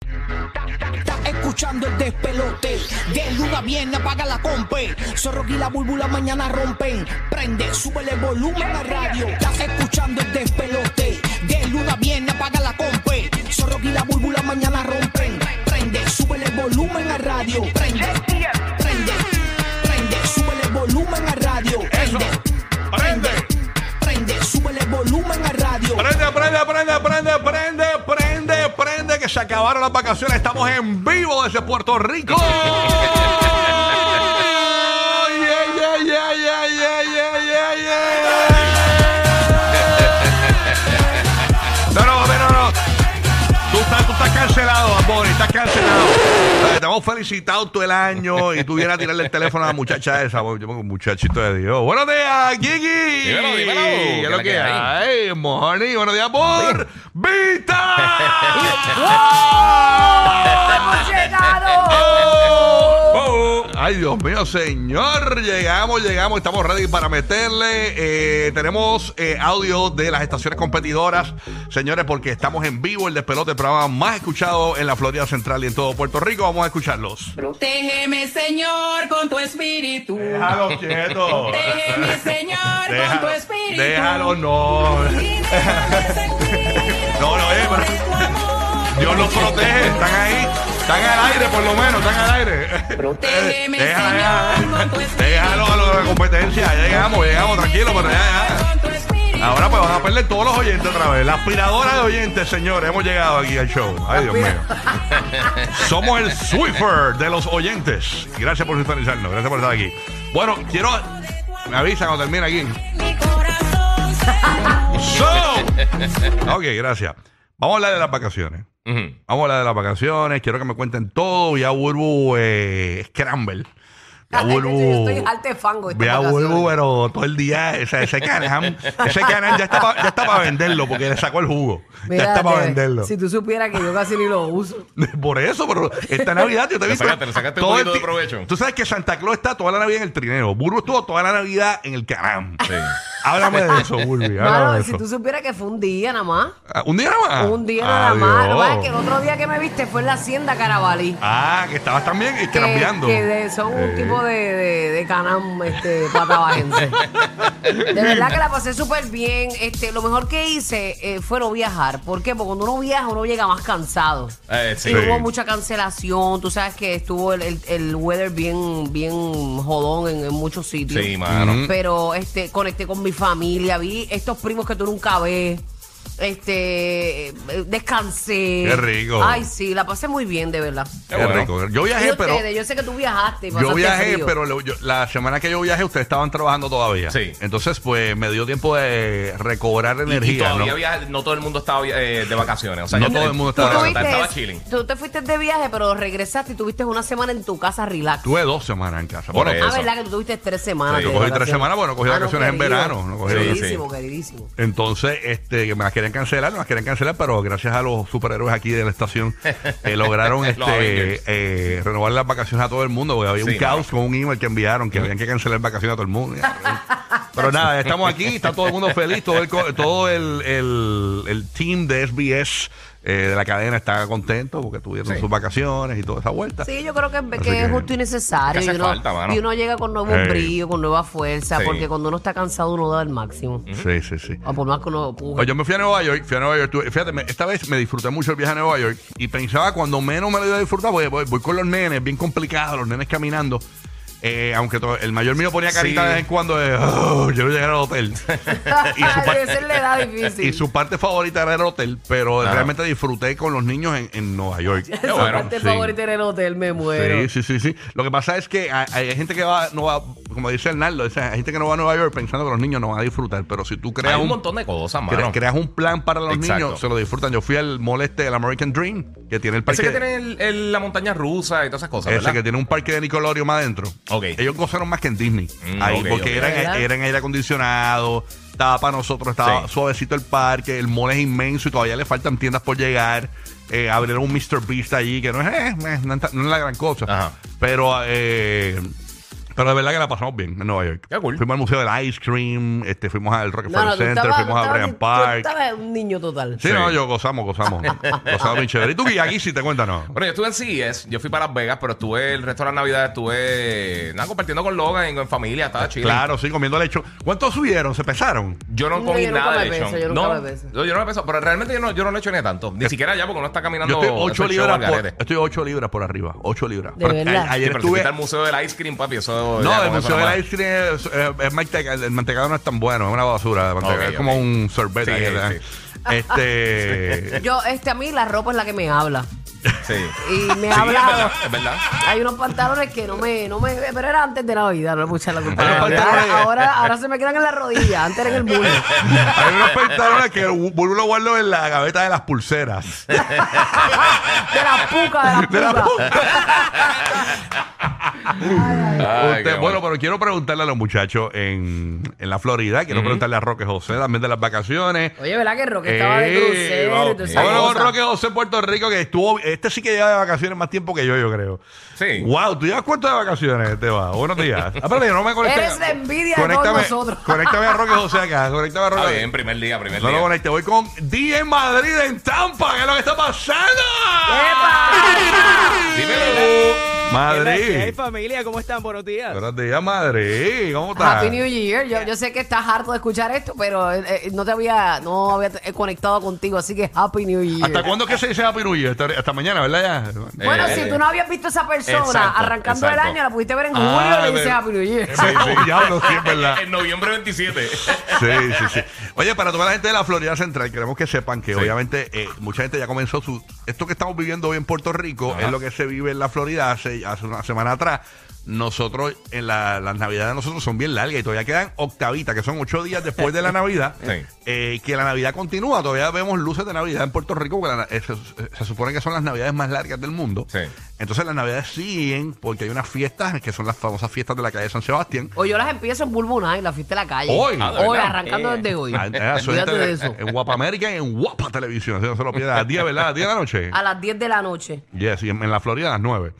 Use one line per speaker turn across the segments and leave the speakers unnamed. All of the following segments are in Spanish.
Estás escuchando el despelote. De luna viene, apaga la compe. Zorro y la búlbula mañana rompen. Prende, súbele el volumen a radio. Estás escuchando el despelote. De luna viene, apaga la compe. Zorro y la búlbula mañana rompen. Prende, súbele el volumen a radio. Prende, prende, prende, súbele el volumen a radio. Prende,
Prende.
prende, súbele el volumen a radio.
Prende, prende, prende, prende, prende, prende, prende, que se acabaron las vacaciones. Estamos en vivo desde Puerto Rico. Yeah, yeah, yeah, yeah, yeah, yeah, yeah, yeah. No, no, no, no, no. Tú estás, tú estás cancelado, amor, estás cancelado. O sea, Te hemos felicitado todo el año y tú vienes a tirarle el teléfono a la muchacha esa. amor. Yo pongo muchachito de Dios. Buenos días, Gigi.
Dímelo, dímelo.
¿Qué es lo que hay? Morning. Buenos días, por Vita. Ay, Dios mío, señor. Llegamos, llegamos. Estamos ready para meterle. Eh, tenemos eh, audio de las estaciones competidoras, señores, porque estamos en vivo. El despelote, el programa más escuchado en la Florida Central y en todo Puerto Rico. Vamos a escucharlos.
Protégeme, Señor, con tu espíritu.
Déjalo quieto.
Protégeme, Señor, con tu espíritu.
déjalo, no.
Y déjame sentir
No, no, eh, pero-
de tu amor.
Dios los protege, están ahí, están al aire por lo menos, están al aire.
Protégeme,
Deja,
Señor,
deja.
con tu espíritu.
Déjalo a los de competencia, ya llegamos, llegamos, tranquilo, pero ya,
Con tu espíritu.
ya. Ahora pues van a perder todos los oyentes otra vez. La aspiradora de oyentes, señores, hemos llegado aquí al show. Ay, Dios mío. Somos el Swiffer de los oyentes. Gracias por sintonizarnos, gracias por estar aquí. Bueno, quiero. Me avisa cuando termine aquí.
Mi corazón se
So. Ok, gracias. Vamos a hablar de las vacaciones.
Ujú.
Vamos a hablar de las vacaciones. Quiero que me cuenten todo. Ya vuelvo eh, Scramble. Ya
Ay,
vuelvo.
Ah, yo estoy harta de fango estas
Ya
vacaciones.
vuelvo, pero todo el día. o sea, ese canal, ese canal ya está para venderlo porque le sacó el jugo.
Mira,
ya está para
de-
venderlo.
Si tú supieras que yo casi ni lo uso.
Por eso, pero esta Navidad yo te he
Le
visto.
sacaste- le sacaste un
todo el
poquito de
ti-
provecho.
Tú sabes que Santa Claus está toda la Navidad en el trineo. Burbu estuvo toda la Navidad en el canam. Háblame de eso, Burbu. Háblame de
Mano, si
eso.
tú supieras que fue un día nada más.
Ah, ¿Un día nada más?
un día nada más. Lo que pasa es que el
Adiós.
otro día que me viste fue en la hacienda Carabalí.
Ah, que estabas también
que,
cambiando.
que de- son un tipo de, de, de canam este, patabajense. de verdad que la pasé súper bien. Este, lo mejor que hice eh, fue no viajar. ¿Por qué? Porque cuando uno viaja, uno llega más cansado.
Eh, sí.
Y hubo mucha cancelación, tú sabes que estuvo el, el, el weather bien, bien jodón en, en muchos sitios.
Sí, mano.
Pero este, conecté con mi familia, vi estos primos que tú nunca ves. Este, eh, descansé.
Qué rico.
Ay, sí, la pasé muy bien, de verdad.
Qué
Qué bueno.
rico. Yo
Y
viajé, pero.
ustedes, yo sé que tú viajaste. y
Yo
pasaste
viajé,
frío.
pero lo- yo- la semana que yo viajé, ustedes estaban trabajando todavía.
Sí.
Entonces, pues me dio tiempo de recobrar
Y- y
energía.
todavía
¿no?
viaja- no todo el mundo estaba eh, de vacaciones. O sea,
No
ya-
todo el mundo
Tú,
estaba-
Por eso,
tuviste-
Estaba chilling.
tú te fuiste de viaje, pero regresaste y tuviste una semana en tu casa relax.
Tuve dos semanas en casa.
Por
Bueno,
eso.
Ah, ¿verdad que tú tuviste tres semanas?
Sí,
de
yo cogí
tres
vacaciones?
semanas, bueno, cogí
Ah,
vacaciones en
querido.
verano, no cogí
vacaciones.
Queridísimo,
Sí.
queridísimo.
Entonces, este, que me las querían cancelar, me las querían cancelar, pero gracias a los superhéroes aquí de la estación, eh, lograron
Los
este,
Avengers.
eh, renovar las vacaciones a todo el mundo, porque había
Sí,
un caos con un email que enviaron que habían que cancelar vacaciones a todo el mundo. pero nada, estamos aquí, está todo el mundo feliz, todo el, co- todo el, el- el team de SBS. eh, de la cadena está contento porque tuvieron sus vacaciones y toda esa vuelta.
Sí, yo creo que, que
Así
es
que-
justo y necesario.
Que hace
y, uno,
falta, mano.
y uno llega con nuevo
Ey.
brillo, con nueva fuerza,
Sí.
porque cuando uno está cansado uno da el máximo.
Sí, sí, sí.
O por más que uno puje.
Pues yo me fui a Nueva York, fui a Nueva York. tuve- fíjate, me- esta vez me disfruté mucho el viaje a Nueva York y pensaba cuando menos me lo iba a disfrutar, porque voy, voy con los nenes, bien complicados, los nenes caminando. Eh, aunque to- el mayor mío ponía carita
Sí.
de vez en cuando de, "Oh, yo no llegar al hotel. y, su par-
Esa es la edad difícil.
y su parte favorita era el hotel, pero
Claro.
realmente disfruté con los niños en, en Nueva York.
Su
bueno,
parte
Sí.
favorita en el hotel, me
Sí,
muero.
sí, sí, sí. Lo que pasa es que hay, hay gente que va, no va, como dice Hernando, o sea, hay gente que no va a Nueva York pensando que los niños no van a disfrutar, pero si tú creas
Hay un
un
montón de cosas,
Cre-
mano.
creas un plan para los
Exacto.
niños, se lo disfrutan. Yo fui al moleste del American Dream, que tiene el parque.
Parece que tiene el- el- la montaña rusa y todas esas cosas,
ese
¿verdad?
que tiene un parque de Nickelodeon más adentro.
Ok.
Ellos gozaron más que en Disney.
Mm,
ahí,
ok,
porque
ok.
eran,
¿Verdad?
eran aire acondicionado, estaba para nosotros, estaba
Sí.
suavecito el parque, el mall es inmenso y todavía le faltan tiendas por llegar. Eh, abrieron un Mr. Beast allí, que no es, eh, eh, no es tan- no es la gran cosa.
Ajá.
Pero eh, pero de verdad que la pasamos bien en Nueva York.
Qué cool.
Fuimos al Museo del Ice Cream, este, fuimos al Rockefeller
No, no, tú
Center,
estabas, tú
fuimos a
estabas-
Bryant
tú
Park.
estabas un niño total.
Sí,
Sí.
no, yo gozamos, gozamos. gozamos bien chévere. Y tú, y aquí sí te cuentan, ¿no?
Bueno, yo estuve en CES, yo fui para Las Vegas, pero estuve el resto de la Navidad, estuve nada, compartiendo con Logan, en, en familia, estaba chido.
Claro, sí, comiendo lechón. ¿Cuántos subieron? ¿Se pesaron?
Yo no
No,
comí
yo nunca
nada
me
de lechón.
peso, yo nunca
no,
me peso.
no, yo no me peso, pero realmente yo no, yo no le echo ni tanto. Ni siquiera ya, porque uno está caminando.
Yo estoy 8
ese show al
libras por,
garete.
estoy ocho libras por arriba. 8 libras.
De verdad.
a-
Sí,
ayer
pero si
estuve.
fuiste al museo del ice cream, papi, eso. ya,
No, el
con eso
museo
nomás.
del ice cream es, eh, es manteca- el, el mantecado no es tan bueno, es una basura. de mantecado,
Ok,
es como
ok.
un sorbet.
Sí,
ahí, ¿verdad?
sí.
Este.
Yo, este, a mí la ropa es la que me habla.
Sí.
Y me
Sí,
ha
es
hablado.
verdad, es verdad.
Hay unos pantalones que no me, no me. Pero era antes de Navidad, no le puse la culpa.
Hay unos
a Navidad.
pantalones-
Ahora, ahora, ahora se me quedan en la rodilla, antes era en el bullying.
Hay unos pantalones que bu- vuelvo a guardo en la gaveta de las pulseras.
De la puca, de
De
la
la
puca.
Ay,
Usted-
qué
bueno, pues, pero quiero preguntarle a los muchachos en, en la Florida, quiero preguntarle a Roque José también de las vacaciones.
Oye, ¿verdad que Roque estaba de
Eh,
crucero? y toda
vamos.
esa
Vámonos con
cosa?
Roque José en Puerto Rico, que estuvo. Este sí que lleva de vacaciones más tiempo que yo, yo creo.
Sí.
Wow, ¿tú llevas cuánto de vacaciones, Esteban? Buenos días. Ah, espérate, no me conecté.
Eres la envidia de todos nosotros.
Conéctame a Roque José acá. Conéctame a Roque.
Está bien, primer día, primer
No lo
día.
conecte. Voy con DJ Madrid en Tampa. ¿Qué es lo que está pasando?
Dímelo.
¿Qué
Madrid.
familia? ¿Cómo están? Buenos días.
Buenos días, Madrid. ¿Cómo estás?
Happy New Year. Yo, yo sé que estás harto de escuchar esto, pero eh, eh, no te había, no había eh, conectado contigo, así que Happy New Year.
¿Hasta cuándo es que se dice Happy New Year? Hasta, hasta mañana, ¿verdad? Ya?
Bueno,
Eh,
si tú no habías visto a esa persona
exacto,
arrancando el
exacto.
año, la pudiste ver en julio
Ah,
y le dices
de-
Happy New
Eh,
Year.
Sí, sí, ya lo sí, es verdad.
En noviembre 27.
Sí, sí, sí. Oye, para toda la gente de la Florida Central, queremos que sepan que
Sí.
obviamente eh, mucha gente ya comenzó su... Esto que estamos viviendo hoy en Puerto Rico
Ajá.
es lo que se vive en la Florida hace, hace una semana atrás. Nosotros, en la- las navidades de nosotros son bien largas y todavía quedan octavitas, que son ocho días después de la Navidad,
Sí.
eh, que la Navidad continúa. Todavía vemos luces de Navidad en Puerto Rico, porque la- eh, se, se supone que son las navidades más largas del mundo.
Sí.
Entonces las navidades siguen porque hay unas fiestas, que son las famosas fiestas de la calle de San Sebastián,
O yo las empiezo en Bulbuna y las fuiste a la calle.
Hoy. Ah,
de
hoy,
verdad.
arrancando
Eh.
desde hoy.
Ah, ah, eso es
Olvídate
tele-
de eso.
En Guapa América y en Guapa Televisión. Así no se lo pierda. A las 10, ¿verdad? A las 10 de la noche.
A las 10 de la noche.
Yes, y en, en la Florida a las 9.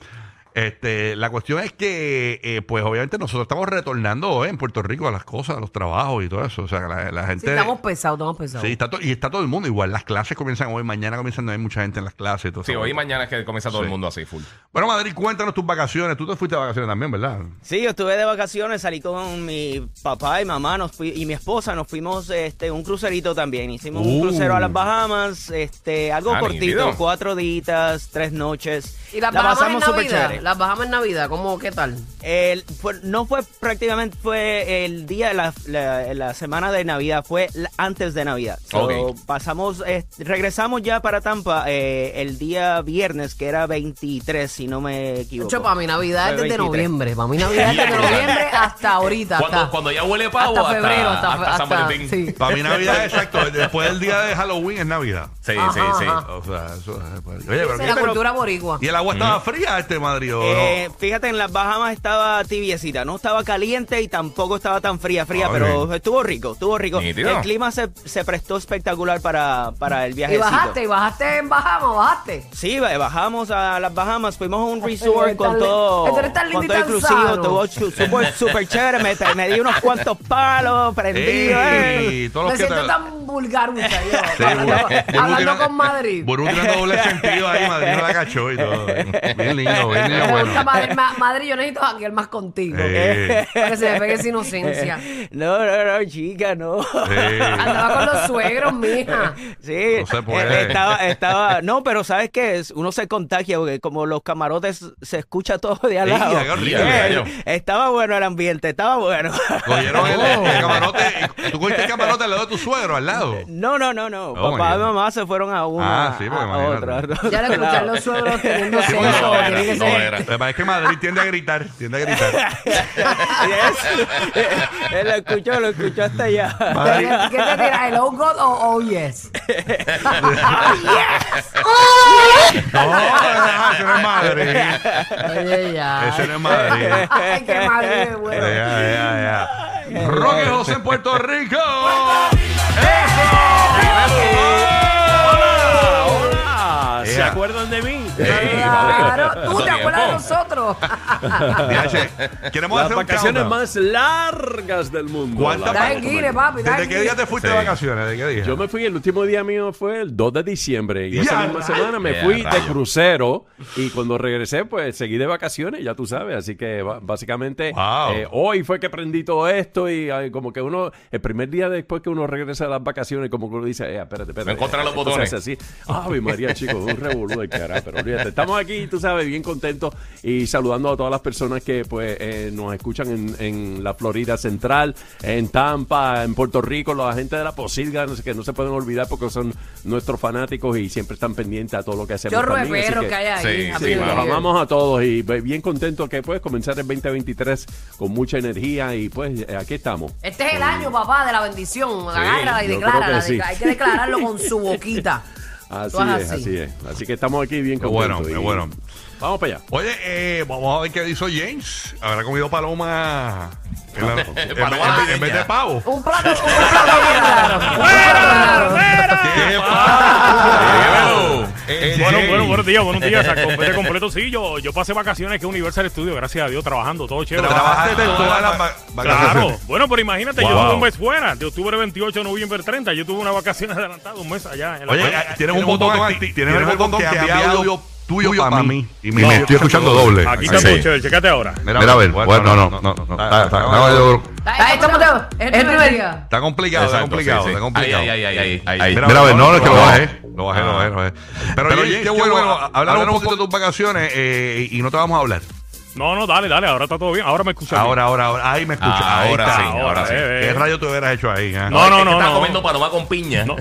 Este, la cuestión es que, eh, pues obviamente nosotros estamos retornando hoy en Puerto Rico a las cosas, a los trabajos y todo eso. O sea, que la, la gente...
Sí, estamos pesados, estamos pesados.
Sí, está to- y está todo el mundo igual. Las clases comienzan hoy, mañana comienzan, no hay mucha gente en las clases. y todo
Sí,
eso.
hoy y mañana es que comienza todo el
Sí.
mundo así, full.
Bueno, Madrid, cuéntanos tus vacaciones. Tú te fuiste de vacaciones también, ¿verdad?
Sí, yo estuve de vacaciones, salí con mi papá y mamá nos fui- y mi esposa, nos fuimos este un crucerito también. Hicimos un
Uh.
crucero a las Bahamas, este algo
Ah,
cortito,
nítido.
cuatro ditas, tres noches.
Y las
La
bajamos en
pasamos súper
Navidad.
chévere.
Las bajamos en Navidad, ¿cómo qué tal?
El- fue- no fue prácticamente fue el día de la, la- la semana de Navidad, fue la- antes de Navidad. So,
Ok.
Pasamos, eh, regresamos ya para Tampa eh, el día viernes, que era 23, si no me
De
equivoco.
hecho, para mi Navidad es
Fue
desde
23.
noviembre. Para mi Navidad es desde noviembre hasta ahorita.
Cuando,
hasta-
cuando ya huele pavo,
hasta febrero, hasta,
hasta, San
hasta-
Valentín.
sí.
Para mí Navidad, exacto. Después del día de Halloween es Navidad.
Sí, sí,
Ajá,
sí.
ajá.
O sea, eso es... pues, Oye, pero
Esa
¿qué
es la
te-
cultura boricua.
¿Y el agua estaba fría este Madrid o no?
Eh, Fíjate, en las Bahamas estaba tibiecita, no estaba caliente y tampoco estaba tan fría, fría,
Ah,
pero
bien.
estuvo rico, estuvo rico.
Nítido.
El clima se, se prestó espectacular para, para el viaje.
Y bajaste, y bajaste en Bahamas, bajaste.
Sí, ba- bajamos a las Bahamas, fuimos a un
Pero
resort
eres tan
con
li- pero
todo,
eres tan lindo
con
y
todo
tan
inclusivo,
sano.
estuvo chu- súper, súper chévere, me, me di unos cuantos palos, prendido, eh.
Ey, todos los
Me
que
siento
te-
tan vulgarucha yo.
Sí,
hablando,
Burbu- Burbu
hablando
tiene-
con Madrid.
Burbu tiene doble sentido ahí, Madrid no la cachó y todo. Bien lindo, bien
Me
lindo.
gusta
Bueno.
Madrid, Ma- Madrid, yo necesito janguear más contigo.
Eh,
Para que se me pegue esa inocencia.
No, no, no, chica, no.
eh.
Andaba con los suegros, mija.
Sí,
No se puede.
eh, estaba, estaba, no, pero sabes que uno se contagia porque como los camarotes se escucha todo de al
Sí,
lado.
qué horrible,
Eh,
gallo.
estaba bueno el ambiente, estaba bueno.
Cogieron el, el camarote. Tú cogiste el camarote al lado de tu suegro, al lado.
No, no, no, no.
Oh, my
Papá y
God.
mamá se fueron a una,
Ah, sí, porque
a- a
imagínate.
otra.
Ya lo escuchan los suegros teniendo sexo.
era,
tiene que
no
ser-
era.
Lo que pasa es que Madrid tiende a gritar, tiende a gritar.
Yes. Él lo escuchó, lo escuchó hasta allá.
Madrid,
¿Qué te tiras? ¿El oh God o oh yes?
no, no, eso no es Madrid.
Oye, ya.
Eso no es Madrid.
Ay, qué Madrid es bueno.
Ya, ya, ya. Roque eh, José en Puerto Rico. ¡Eso!
Ah, ¿se
Ea.
acuerdan de mí?
Claro, tú te
Tiempo.
acuerdas de nosotros.
DH, Queremos
Las
hacer un
vacaciones
countdown.
más largas del mundo.
¿Cuántas
Las-
Dale guine, papi, dale
¿Desde qué día
guine.
te fuiste de vacaciones? ¿De qué día?
Yo me fui, el último día mío fue el 2 de diciembre. Y
Ya,
esa misma
ra-
semana me
Ya,
fui de
rayo.
crucero. Y cuando regresé, pues seguí de vacaciones, ya tú sabes. Así que ba- básicamente
Wow.
eh, hoy fue que aprendí todo esto. Y ay, como que uno, el primer día después que uno regresa a las vacaciones, como que uno dice, eh, espérate, espérate.
No encontré los
esto se
botones.
hace así. Ave María, chicos, un revolú de cara. Pero olvídate, estamos aquí, tú sabes, bien contentos y saludando a todas las personas que pues eh, nos escuchan en, en la Florida Central, en Tampa, en Puerto Rico, la gente de la Posilga, no sé, que no se pueden olvidar porque son nuestros fanáticos y siempre están pendientes a todo lo que hacemos.
Chorro de
también, así
perro
que-
que hay ahí.
Sí,
Sí,
amigo.
los amamos a todos y be- bien contentos que puedes comenzar el 2023 con mucha energía y pues eh, aquí estamos.
Este es el año, papá, de la bendición. Agárrala y
yo creo
declárala.
que sí.
decla- Hay que declararlo con su boquita.
Así
Tú haz
es,
así.
así es. Así que estamos aquí bien
Qué bueno,
contentos.
qué
y-
bueno.
Vamos para allá.
Oye, eh, vamos a ver qué hizo James. Habrá comido paloma en, la- en- en-
Paloma
en vez de
navideña.
pavo.
Un plato, un plato bien raro. Un plato raro.
¡Qué pavo! Eh,
Bueno,
James.
bueno, buenos
días, buenos días. A completo, completo, sí. Yo, yo pasé vacaciones que Universal Studio, gracias a Dios, trabajando, todo chévere.
Trabajaste todas las va-
Claro.
vacaciones.
Bueno, pero imagínate, yo
Wow.
tuve un mes fuera, de octubre 28 a noviembre 30. Yo tuve una vacación adelantada, un mes allá. En la
Oye,
playa.
eh, tienes un botón acti- tienes el botón que envía audio tuyo para mí. Y me
No,
estoy escuchando doble.
Aquí está todo chévere, checate ahora.
Mira, a ver. Bueno, no, no, no. Ah, no. Está- está-
Ahí estamos, estamos. Es el primer día.
Está complicado, está
Exacto,
complicado,
sí, sí.
está complicado.
Ay, ay, ay, ay, ay, ay.
Mira, a ver, no, no, que lo bajé. Lo bajé, lo bajé, lo bajé. Pero,
Pero,
oye,
James,
qué
qué
bueno,
bueno,
hablar un poquito de tus vacaciones eh, y no te vamos a hablar.
No, no, dale, dale, ahora está todo bien. Ahora me escuchas.
Ahora, ahora, ahora. Ahí me escuchas. Ahí
Ahora
está.
sí,
ahora,
ahora sí.
eh, eh.
¿Qué rayo te hubieras hecho ahí? ah?
No, no,
Es que
no,
estaba
no.
comiendo paloma con piña. No.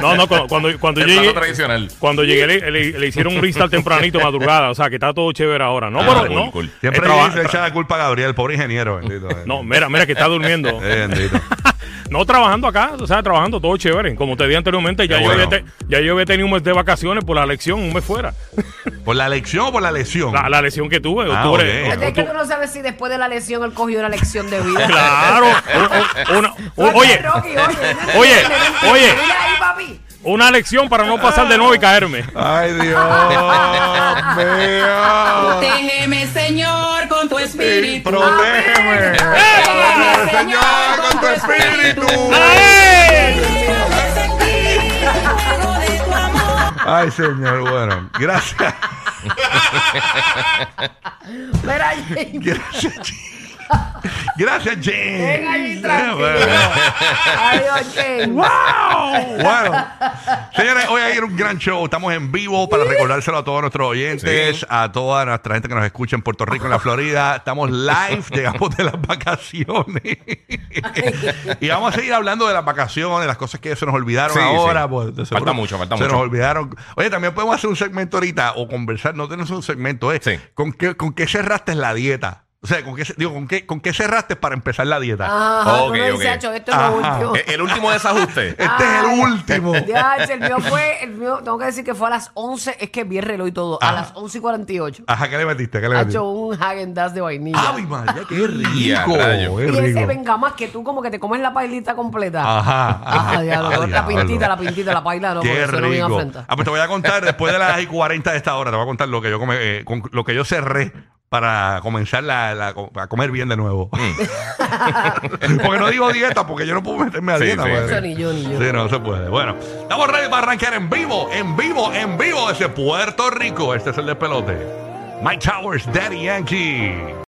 No, no, cu- cuando, cuando
El
llegué.
plato tradicional.
Cuando llegué le, le- le hicieron un restart tempranito, madrugada. O sea, que está todo chévere ahora. No,
Ah,
pero
cool,
no.
cool.
Siempre
Eh, traba-
le echa la culpa a Gabriel, pobre ingeniero. Bendito, eh.
No, mira, mira que está durmiendo.
Eh, bendito.
No trabajando acá, o sea, trabajando todo chévere. Como te dije anteriormente, ya,
Qué
yo,
bueno.
había te- ya yo había tenido un mes de vacaciones por la lección, un mes fuera.
¿Por la lección o por la lesión?
La, la lesión que tuve,
Ah,
octubre.
ok.
octubre-
Es que uno no sabe si después de la lesión él cogió una lección de vida.
Claro. o- o- una- o- oye,
Rocky, oye,
Oye, oye.
Mira ahí, papi.
una lección para no pasar de nuevo y caerme.
Ay, Dios mío.
Protégeme, Señor, con tu
Sí,
espíritu.
Protégeme.
Protégeme,
Señor, con tu espíritu.
de tu amor.
Ay, señor, bueno. Gracias.
Mira ahí.
Gracias, James. Gracias, James.
Ven ahí,
Eh, bueno.
tranquilo. Ay, oye.
¡Wow! Bueno, señores, hoy hay un gran show. Estamos en vivo para recordárselo a todos nuestros oyentes, a toda nuestra gente que nos escucha en Puerto Rico, en la Florida. Estamos live, llegamos de las vacaciones. y vamos a seguir hablando de las vacaciones, las cosas que se nos olvidaron
Sí, sí.
ahora. pues, de seguro
Falta mucho, falta
se
mucho.
nos olvidaron. Oye, también podemos hacer un segmento ahorita o conversar. No tenemos un segmento, ¿eh?
Sí.
¿Con, qué, ¿Con qué cerraste la dieta? O sea, ¿con qué, ce- digo, ¿con qué, con qué cerraste para empezar la dieta?
Ah.
Ajá,
Ok,
tú no
ok.
dices, "Acho, esto es lo
Ajá.
último.
Eh, El último desajuste.
Este es el último.
Ya, el mío fue, el mío, tengo que decir que fue a las 11, es que vi el reloj y todo,
Ah.
a las 11 y 48.
Ajá, ¿qué le metiste? ¿Qué le
Ha
metiste?
hecho un Hagen Dazs de vainilla.
¡Ay, María, qué rico!
Ya, rayo.
Ah, ¡Qué
y ese
rico!
venga más que tú como que te comes la pailita completa.
Ajá,
Ah, diablo,
Ah,
la
diablo.
pintita, la pintita, la paila, no,
¡Qué
porque suena bien
rico!
afrenta.
Ah, pues te voy a contar después de las y 40 de esta hora, te voy a contar lo que yo, come- eh, con- lo que yo cerré para comenzar la, la- a comer bien de nuevo. porque no digo dieta, porque yo no puedo meterme a
Mm. Sí,
dieta.
sí,
pues.
sí.
Ni yo, ni yo.
Sí, no se puede. Bueno, estamos ready para arrancar en vivo, en vivo, en vivo desde Puerto Rico. Este es el despelote. Mike Towers, Daddy Yankee.